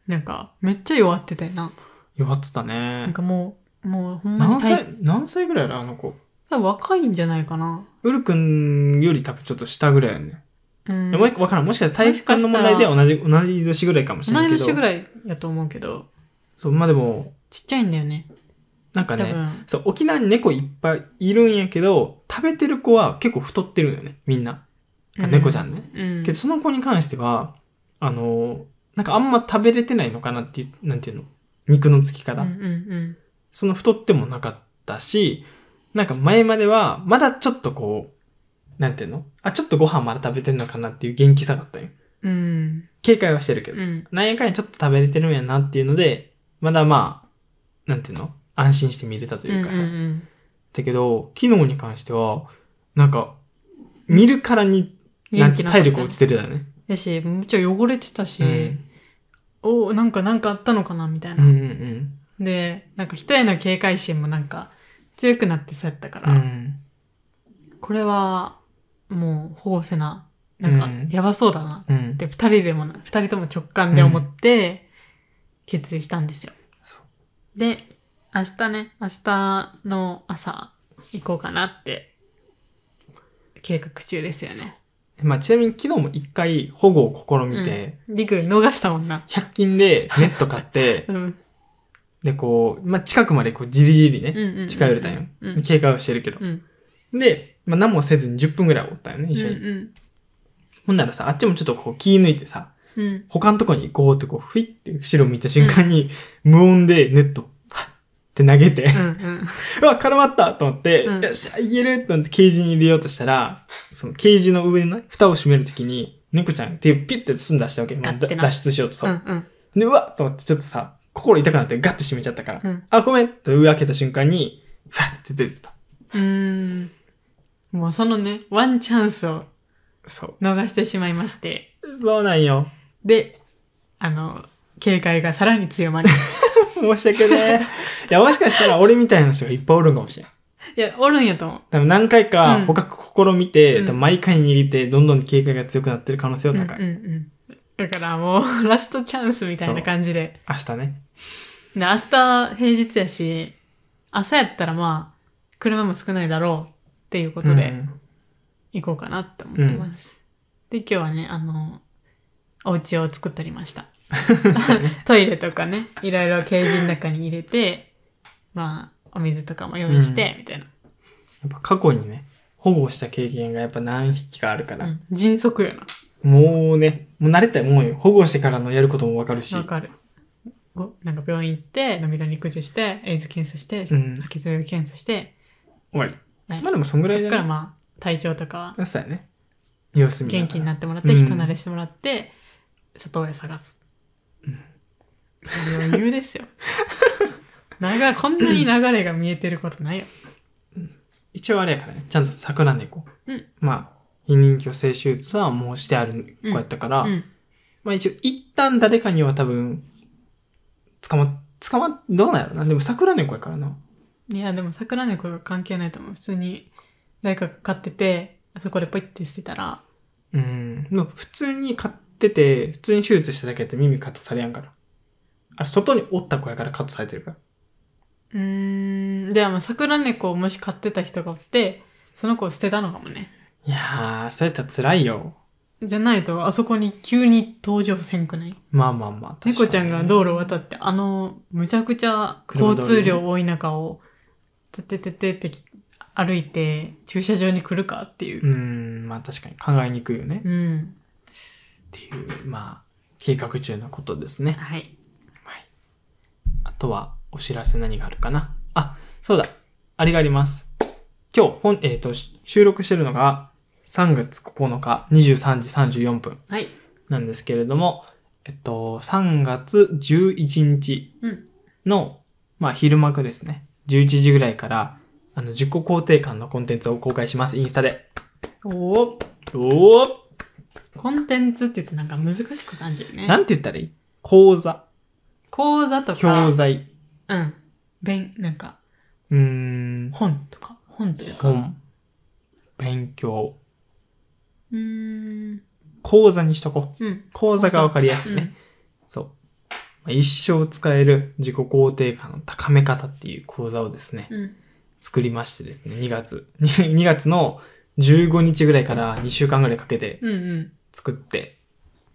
S2: なんか、めっちゃ弱ってたよな。
S1: 弱ってた
S2: なん
S1: ね。
S2: かもう、もうほんまに
S1: 何
S2: 体
S1: 歳、何歳ぐらいだあの子。
S2: 多分若いんじゃないかな。
S1: ウル君より多分ちょっと下ぐらいよね。
S2: うん。
S1: いやもう一個わからん。もしかしたら体育館の問題では同じ、同じ年ぐらいかもしれない
S2: 同い
S1: けど。
S2: 年ぐらいやと思うけど、
S1: そう、まあでも、
S2: ちっちゃいんだよね。
S1: なんか
S2: 多
S1: ね、
S2: 分。
S1: そう、沖縄に猫いっぱいいるんやけど、食べてる子は結構太ってるんよね、みんな。あ猫ちゃんね。
S2: うん。
S1: けど、その子に関しては、あの、なんかあんま食べれてないのかなっていう、なんていうの肉のつき方。
S2: うんうん
S1: その太ってもなかったし、なんか前までは、まだちょっとこう、なんていうのあ、ちょっとご飯まだ食べてんのかなっていう元気さだったんよ。
S2: うん。うん。
S1: 警戒はしてるけど。
S2: うん。
S1: なんやかんやちょっと食べれてるんやなっていうので、まだまあ、なんていうの安心して見れたと
S2: と
S1: いうか、
S2: うん
S1: だけど、機能に関しては、なんか、見るからに、
S2: うん、
S1: なんて体力落ち
S2: て
S1: てるだよね。
S2: やし、めっちゃ汚れてたし、おなんかなんかあったのかなみたい
S1: うんう
S2: な。
S1: んうん
S2: で、なんか人への警戒心もなんか強くなってそうやったか
S1: う
S2: ら、
S1: ん。
S2: これはもう保護せな、なんか
S1: うん
S2: やばそうだな
S1: うん。
S2: って二人でもな、二人とも直感で思って決意したんですよ。
S1: そ
S2: で、明日ね、明日の朝行こうかなって計画中ですよね。
S1: まあ、ちなみに昨日も一回保護を試みて、
S2: リク逃したもんな。
S1: 100均でネット買って、
S2: うん。うん
S1: で、こう、まあ、近くまでこう、じりじりね、
S2: うんうん。
S1: 近寄れたんよ
S2: うん。
S1: 警戒をしてるけど。
S2: うん。
S1: で、まあ、何もせずに10分ぐらいおったよね、一緒に。
S2: うん
S1: ほんならさ、あっちもちょっとこう気抜いてさ、
S2: うん。
S1: 他のとこに行こうってこう、ふいって後ろ見た瞬間に、無音でネット、はっって投げて
S2: う、ん。
S1: うわ、絡まったと思って、
S2: うん
S1: よっしゃ、言えると思ってケージに入れようとしたら、そのケージの上のね蓋を閉めるときに、猫ちゃん手をピュッて進んだしたわけ。もう
S2: ガッ
S1: だ
S2: てな
S1: 脱出しようと
S2: う
S1: さ。
S2: ん。うん。
S1: で、うわっと思ってちょっとさ、心痛くなってガッて閉めちゃったから、
S2: うん
S1: あ、ごめんと上開けた瞬間に、ふわって出てた。
S2: うーん。もうそのね、ワンチャンスを
S1: そ
S2: 逃してしまいまして。
S1: う。そうなんよ。
S2: で、あの、警戒がさらに強まり。
S1: 申し訳ねえ。い や、もしかしたら俺みたいな人がいっぱいおるんかもしれん。
S2: いや、おるんやと思う。
S1: 多分何回
S2: う
S1: か
S2: ん
S1: 捕獲試みて、
S2: うん
S1: 多分毎回握って、どんどん警戒が強くなってる可能性は高い。
S2: うんうんうん、だからもうラストチャンスみたいな感じで
S1: 明日ね。
S2: で明日平日やし朝やったらまあ車も少ないだろうっていうこと
S1: う
S2: で
S1: ん
S2: 行こうかなって思ってます、で今日はねあのお家を作っておりました トイレとかねいろいろケージの中に入れてまあお水とかも用意して、みたいな、
S1: やっぱ過去にね、保護した経験がやっぱ何匹かあるか
S2: う
S1: ら、
S2: ん、迅速よな
S1: もうね、もう慣れたもんよ。保護してからのやることもわかるし
S2: わ、かる。ごなんか病院行って、涙肉汁して、エイズ検査して、
S1: うん
S2: 吐き唾液検査して、
S1: 終わり。
S2: はい
S1: まあでもそんぐらい
S2: そ
S1: だ
S2: っ
S1: ね
S2: からまあ、体調とかは
S1: そうやね。様子見
S2: 元気に
S1: な
S2: なってもらって、
S1: うん
S2: 人慣れしてもらって、里親探す。余裕 ですよ。流れこんなに流れが見えてることないよ。
S1: 一応あれやからね、ちゃんと桜猫。
S2: うん
S1: まあ、避妊去勢手術はもうしてある子やったから、
S2: うん。
S1: まあ一応一旦誰かには多分、捕ま、捕ま、どうなんやろな。でも桜猫やからな。
S2: いや、でも桜猫が関係ないと思う。普通に誰かが飼ってて、あそこでポイって捨てたら、
S1: うん。でも普通に買ってて、普通に手術しただけやって耳カットされやんから。あれ、外におった子やからカットされてるから。
S2: うーん、でも桜猫をもし飼ってた人がおって、その子を捨てたのかもね。
S1: いやー、そうやったら辛いよ。
S2: じゃないと、あそこに急に登場せんくない
S1: まあまあまあ。確かに
S2: 猫ちゃんが道路を渡って、あの、むちゃくちゃ交通量多い中を、ててててて歩いて、駐車場に来るかっていうう。
S1: ん、まあ確かに考えにくいよね。っ
S2: うん。
S1: ていう、まあ、計画中のことですね。
S2: はい。
S1: あとは、お知らせ何があるかな。あ、そうだ。あれがあります。今日、本、えっ、と、し収録してるのが、3月9日23時34分
S2: はい。
S1: なんですけれども、えっと、3月11日
S2: うん
S1: の、まあ、昼幕ですね。11時ぐらいから、あの、10個肯定感のコンテンツを公開します。インスタで。
S2: おお
S1: おー
S2: コンテンツって言ってなんか難しく感じるね。
S1: なんて言ったらいい講座、
S2: 講座と
S1: 教
S2: か、
S1: 材、
S2: うん。勉、なんか、
S1: うーん、
S2: 本とか、本というか。
S1: 本、勉強、
S2: うーん。
S1: 講座にしとこう。
S2: うん。
S1: 講座がわかりやすい
S2: うん
S1: ね。そう。まあ一生使える自己肯定感の高め方っていう講座をですね、
S2: うん。
S1: 作りましてですね、2月。2月 の15日ぐらいから2週間ぐらいかけて
S2: うんうん。
S1: 作って、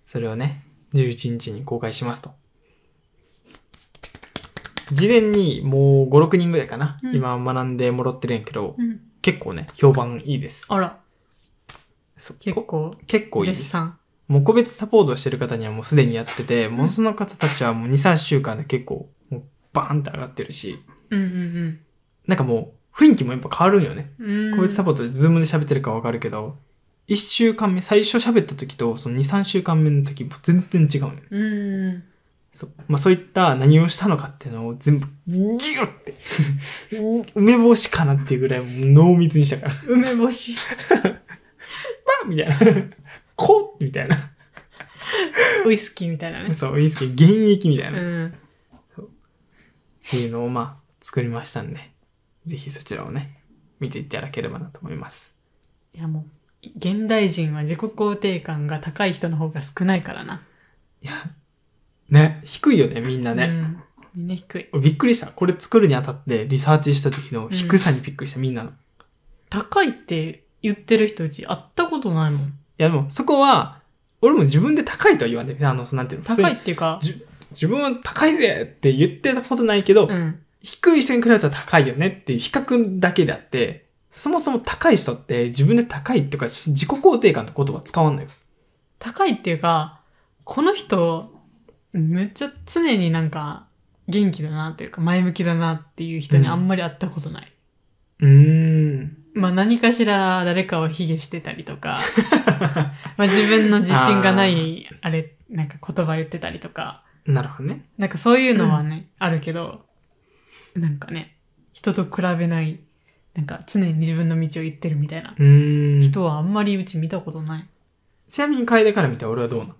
S1: それをね、11日に公開しますと。事前にもう5、6人ぐらいかな。
S2: うん
S1: 今学んでもらってるんやけど、
S2: うん。
S1: 結構ね、評判いいです。
S2: あら、
S1: そう
S2: 結
S1: こ
S2: 構、
S1: 結構いいで
S2: 絶
S1: す。
S2: 賛。
S1: もう個別サポートをしてる方にはもうすでにやってて、もうその方たちはもう2、3週間で結構、もうバーンって上がってるし、
S2: うんうん
S1: なんかもう雰囲気もやっぱ変わるんよね。
S2: うん。うん
S1: 個別サポートでズームで喋ってるかわかるけど、1週間目、最初喋った時と、その2、3週間目の時も全然違うのよね。
S2: うん。
S1: そう。まあそういった何をしたのかっていうのを全部、ギュッて、 梅干しかなっていうぐらいもう濃密にしたから、パ
S2: 梅干し。
S1: ンみたいな。 こうみたいな。
S2: ウイスキーみたいなね。
S1: そう、いいですけど、現役みたいうな。っ
S2: ん。
S1: ていうのをまあ、作りましたんで、ぜひそちらをね、見ていただければなと思います。
S2: いやもう、現代人は自己肯定感が高い人の方が少ないからな。
S1: いや、ね、低いよね、みんなね。
S2: うん。みんな低い。
S1: びっくりした。これ作るにあたってリサーチした時の低さにびっくりした、みんなの。い
S2: 高いって言ってる人うち会ったことないもん。
S1: や、でも、そこは、俺も自分で高いとは言わんで、あの、そのなんていうの、普通に
S2: 高いっていうか、
S1: 自分は高いぜって言ってたことないけど、
S2: うん。
S1: 低い人に比べたら高いよねっていう比較だけであって、そもそも高い人って自分で高いっていうか、自己肯定感って言葉使わんのよ。
S2: 高いっていうか、この人、めっちゃ常になんか元気だなというか前向きだなっていう人にあんまり会ったことない。
S1: うーん。
S2: まあ何かしら誰かを卑下してたりと か、まあ自分の自信がない、あれ、なんか言葉言ってたりとか、
S1: なるほどね。
S2: なんかそういうのはね、あるけど、なんかね、人と比べない、なんか常に自分の道を行ってるみたいな
S1: うーん。
S2: 人はあんまりうち見たことない。
S1: ちなみに楓から見たら俺はどうなの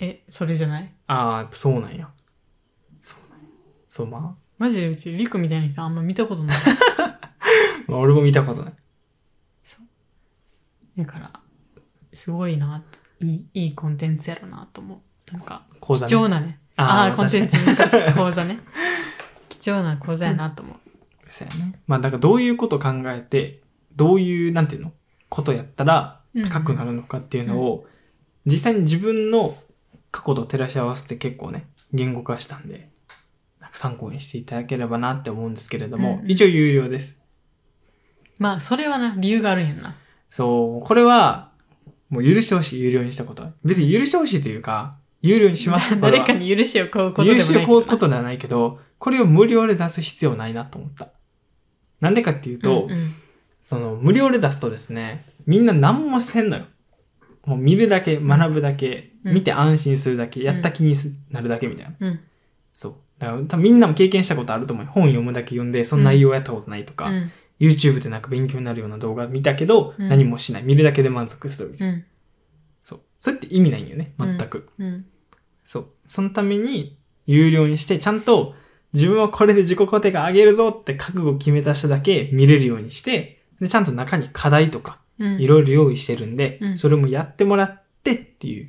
S2: え、それじゃない
S1: ああ、やっぱそうなんや。そうなんや。そう、ま
S2: マジでうち、リクみたいな人あんま見たことない。
S1: あ、まあ、俺も見たことない。
S2: だから、すごいな、いい、いいコンテンツやろなと思う。なんか、
S1: 講座
S2: 貴重なね。ああー、コンテン
S1: ツ。
S2: ツ、確かに講座ね。貴重な講座やなと思う。
S1: そうやね。まあ、だからどういうことを考えて、どういう、なんていうのことやったら
S2: うん
S1: 高くなるのかっていうのを、実際に自分の過去と照らし合わせて結構ね、言語化したんで、なんか参考にしていただければなって思うんですけれども、
S2: うんうん
S1: 一応有料です。
S2: まあ、それはな、理由があるんやんな。
S1: そう、これは、もう許してほしい、有料にしたことは。別に許してほしいというか、有料にしますこれ
S2: 誰
S1: は
S2: かに許しを買うことで
S1: 入
S2: もないけ
S1: 手
S2: ど
S1: をこう
S2: な。
S1: ことではないけど、これを無料で出す必要ないなと思った。なんでかっていうと、
S2: うんうん
S1: その無料で出すとですね、みんな何もせんのよ。もう見るだけ、学ぶだけ、
S2: うん
S1: 見て安心するだけ、やった気にすなるだけみたいな。
S2: うん。
S1: そう。だから多分みんなも経験したことあると思うよ。本読むだけ読んで、その内容やったことないとか、
S2: うん。
S1: YouTube でなんか勉強になるような動画見たけど、
S2: うん
S1: 何もしない。見るだけで満足するみたいな。
S2: うん。
S1: そう。それって意味ないんよね、全く。
S2: うん。
S1: そう。そのために、有料にして、ちゃんと、自分はこれで自己肯定が上げるぞって覚悟を決めた人だけ見れるようにして、で、ちゃんと中に課題とか、
S2: うん。
S1: いろいろ用意してるんで、
S2: うん
S1: それもやってもらってっていう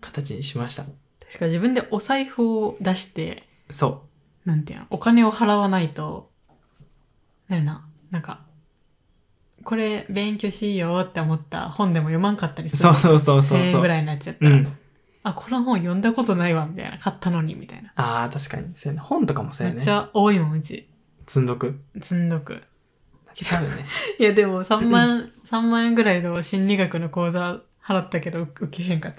S1: 形にしました。
S2: 確か自分でお財布を出して、
S1: そ
S2: なんていうの、お金を払わないと、なるな、なんか、これ勉強しようって思った本でも読まんかったり
S1: う。
S2: する。
S1: そうそうそうそう
S2: 1000
S1: そ
S2: 円
S1: う。
S2: ぐらいのやつやった
S1: う
S2: ら、
S1: ん。
S2: あ、この本読んだことないわ、みたいな。買ったのに、みたいな。
S1: ああ、確かに。そうやね本とかもそう
S2: め
S1: や
S2: っ
S1: ね
S2: ち。ゃ多いもん、うち。
S1: 積んどく。
S2: 積んどく。
S1: 結構あるね。
S2: いや、でも3万、三万円ぐらいの心理学の講座払ったけど、受けへんかっ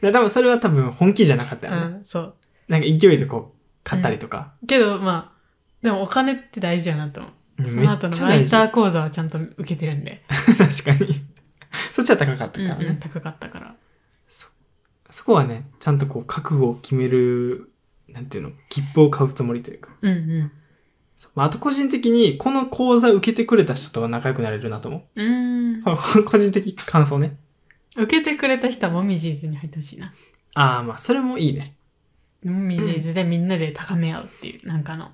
S1: で多分それは多分本気じゃなかった
S2: た。
S1: よね。
S2: うん、そう。
S1: なんか勢いでこう、買ったりとか。
S2: けど、まあ、でもお金って大事やなと思う。そ
S1: めっ
S2: の
S1: ち
S2: 後
S1: ゃ
S2: のライ
S1: 大事。
S2: ター講座はちゃんと受けてるんで。
S1: 確かに。そっちは高かった
S2: う
S1: から
S2: ん
S1: ね。
S2: うん、高かったから。
S1: そこはね、ちゃんとこう、覚悟を決める、なんていうの、切符を買うつもりというか。
S2: うんうん。
S1: そうまあ、あと個人的に、この講座受けてくれた人とは仲良くなれるなと思う。
S2: うーん。
S1: これ 個人的感想ね。
S2: 受けてくれた人はモミジーズに入ってほしいな。
S1: ああ、まあ、それもいいね。
S2: モミジーズでみんなで高め合うっていう、なんかの。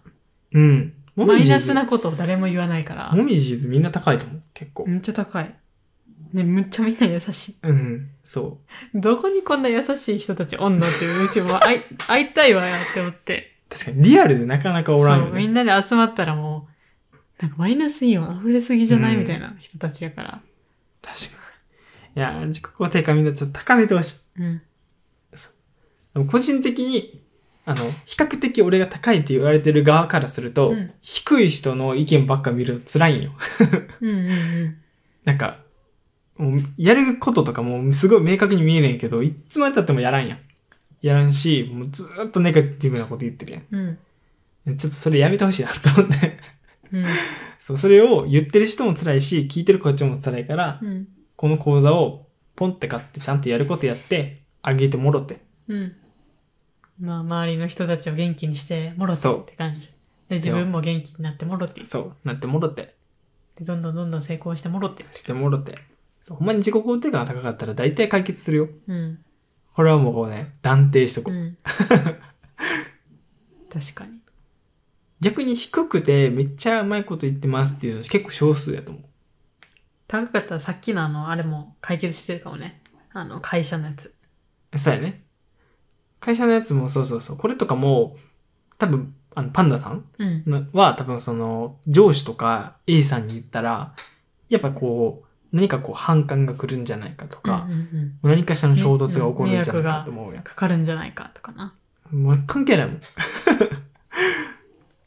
S1: うん。も
S2: マ
S1: み
S2: イ
S1: じ
S2: ナ
S1: ーズ
S2: スなことを誰も言わないから、
S1: もみじーずみんな高いと思う。結構。
S2: めっちゃ高い。ね、むっちゃみんな優しい。
S1: うん。そ
S2: どこにこんな優しい人たちおんのっていう、うちも会い 会いたいわよって思って。
S1: う。確かに、リアルでなかなかおらん
S2: そ
S1: よ
S2: う、み
S1: ね。
S2: んなで集まったらもう、なんかマイナスイオン溢れすぎじゃない、
S1: うん
S2: みたいな人たちやから。
S1: 確かに。いやー、自己肯定感みんなちょっと高めてほしい。
S2: うん。
S1: でも個人的に、あの、比較的俺が高いって言われてる側からすると、
S2: うん
S1: 低い人の意見ばっか見るの辛いんよ。
S2: うんうんうん。
S1: なんか、もうやることとかもすごい明確に見えねえけど、いつまで経ってもやらんやん。やらんし、もうずーっとネガティブなこと言ってるや
S2: うん。
S1: ん。ちょっとそれやめてほしいなと思って。
S2: うん。
S1: そう、それを言ってる人も辛いし、聞いてるこっちも辛いから、
S2: うん。
S1: この講座をポンって買ってちゃんとやることやって、あげてもろって。
S2: うん。まあ、周りの人たちを元気にしてもろて
S1: そう
S2: って感じ。で、自分も元気になってもろて。
S1: そう、なってもろって。
S2: で、どんどんどんどん成功してもろて。
S1: してもろて。そう、ほんまに自己肯定感が高かったら大体解決するよ。
S2: うん。
S1: これはもうこうね、断定しとこ
S2: う
S1: う。
S2: ん。確かに。
S1: 逆に低くてめっちゃうまいこと言ってますっていうの結構少数やと思う。
S2: 高かったらさっきのあの、あれも解決してるかもね。あの、会社のやつ。
S1: そうやね。会社のやつもそうそうそう。これとかも、多分、あの、パンダさん
S2: うん。
S1: のは、多分その、上司とか A さんに言ったら、やっぱこう、何かこう反感が来るんじゃないかと
S2: う
S1: か
S2: ん、うんうん
S1: 何かしらの衝突が起こるんじゃないかと思うや
S2: かかるんじゃないかとかな。
S1: ん。もう関係ないもん。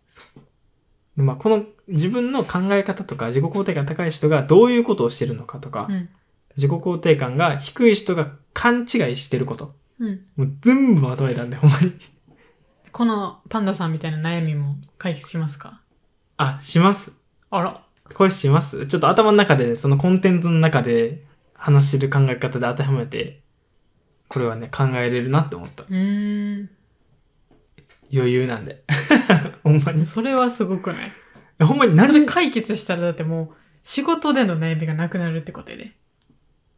S1: そう まあ、この自分の考え方とか自己肯定が高い人がどういうことをしてるのかとか、
S2: うん。
S1: 自己肯定感が低い人が勘違いしてること。
S2: うん。
S1: もう全部まとめたんで、ほんまに。
S2: このパンダさんみたいな悩みも解決しますか
S1: あ、します。
S2: あら。
S1: これしますちょっと頭の中で、そのコンテンツの中で話してる考え方で当てはめて、これはね、考えれるなって思った。
S2: うーん。
S1: 余裕なんで。 ほんまに。
S2: それはすごくない
S1: ほんまに
S2: そ
S1: 何
S2: れ
S1: で、
S2: 解決したらだってもう、仕事での悩みがなくなるってことやで。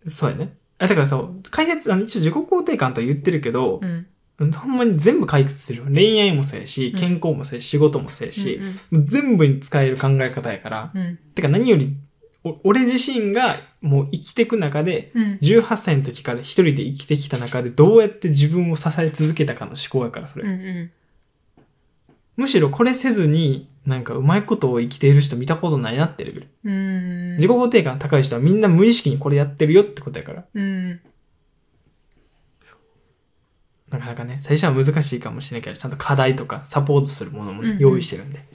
S1: そうやね。あだからそう、解説、あの、一応自己肯定感とは言ってるけど
S2: う、ん。
S1: ほんまに全部解決するよ。恋愛もそうやし
S2: う、ん
S1: 健康もそうやし、仕事もそうやし
S2: う、ん
S1: もう全部に使える考え方やから、
S2: うん。うん
S1: てか何より、お俺自身がもう生きてく中で、
S2: うん。
S1: 18歳の時から一人で生きてきた中でどうやって自分を支え続けたかの思考やから、それ。
S2: うんう
S1: むしろこれせずに、なんかうまいことを生きている人見たことないなってレベル。
S2: ん。うん。
S1: 自己肯定感高い人はみんな無意識にこれやってるよってことやから。
S2: うん。
S1: なかなかね、最初は難しいかもしれないけど、ちゃんと課題とかサポートするものもね
S2: うんうん
S1: 用意してるんで、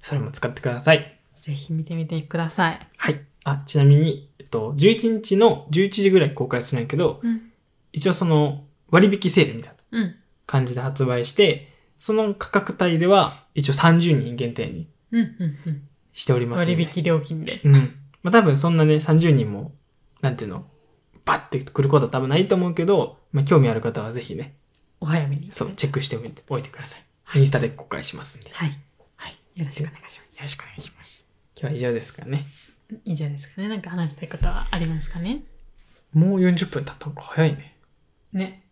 S1: それも使ってください。
S2: ぜひ見てみてください。
S1: はい。あ、ちなみに、えっと、11日の11時ぐらい公開するんやけど、
S2: うん。
S1: 一応その割引セールみたいな
S2: うん。
S1: 感じで発売して、その価格帯では一応30人限定に
S2: うん。うん。
S1: しており
S2: うん。
S1: ますんで。
S2: 割引料金で。
S1: うん。まあ多分そんなね、30人も、なんていうの、バッて来ることは多分ないと思うけど、まあ興味ある方はぜひね、
S2: お早めに。
S1: そう、チェックしておいておいてください。インスタで公開しますんで。よ
S2: はい。はい。よろしくお願いします。
S1: ろしくお願いします。今日は以上ですかね。
S2: いいんじゃないですかね。なんか話したいことはありますかね。
S1: もう40分経ったのか早いね。
S2: ね。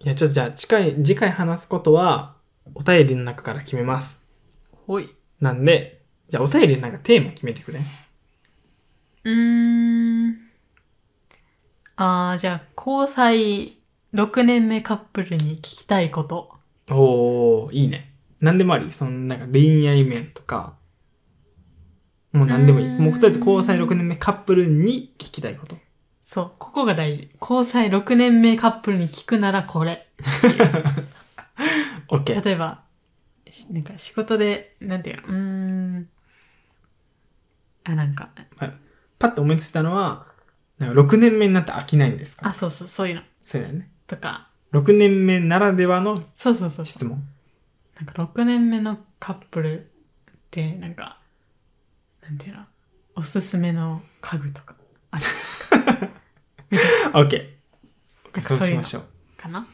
S1: いや、ちょっとじゃあ、近い、次回話すことは、お便りの中から決めます。
S2: ほい。
S1: なんで、じゃあお便りの中テーマ決めてくれ。
S2: うーん。あー、じゃあ、交際6年目カップルに聞きたいこと。
S1: おー、いいね。何でもあり。その、なんか恋愛面とか、もう何でもいい。
S2: うーん
S1: もうとりあえず交際6年目カップルに聞きたいこと。
S2: そう、ここが大事。交際6年目カップルに聞くならこれ。
S1: OK。
S2: 例えば、しなんか仕事で、なんていうの、うーん。あ、なんか、
S1: パッと思いついたのは、なんか6年目になって飽きないんです
S2: あ、
S1: か
S2: そうそう、そういうの。
S1: そうだよね。
S2: とか、
S1: 6年目ならではの
S2: そうそうそうそう。
S1: 質問。
S2: なんか6年目のカップルってなんかなんていうのおすすめの家具とかある
S1: OK。
S2: そ
S1: そううし
S2: いうの
S1: ましょう。
S2: かな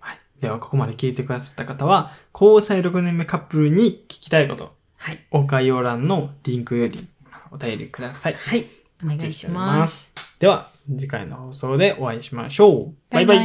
S1: はい。では、ここまで聞いてくださった方は、交際6年目カップルに聞きたいこと、
S2: はい
S1: お概要欄のリンクよりお便りください。
S2: はいお願いします
S1: す。では、次回の放送でお会いしましょう。バイバイ。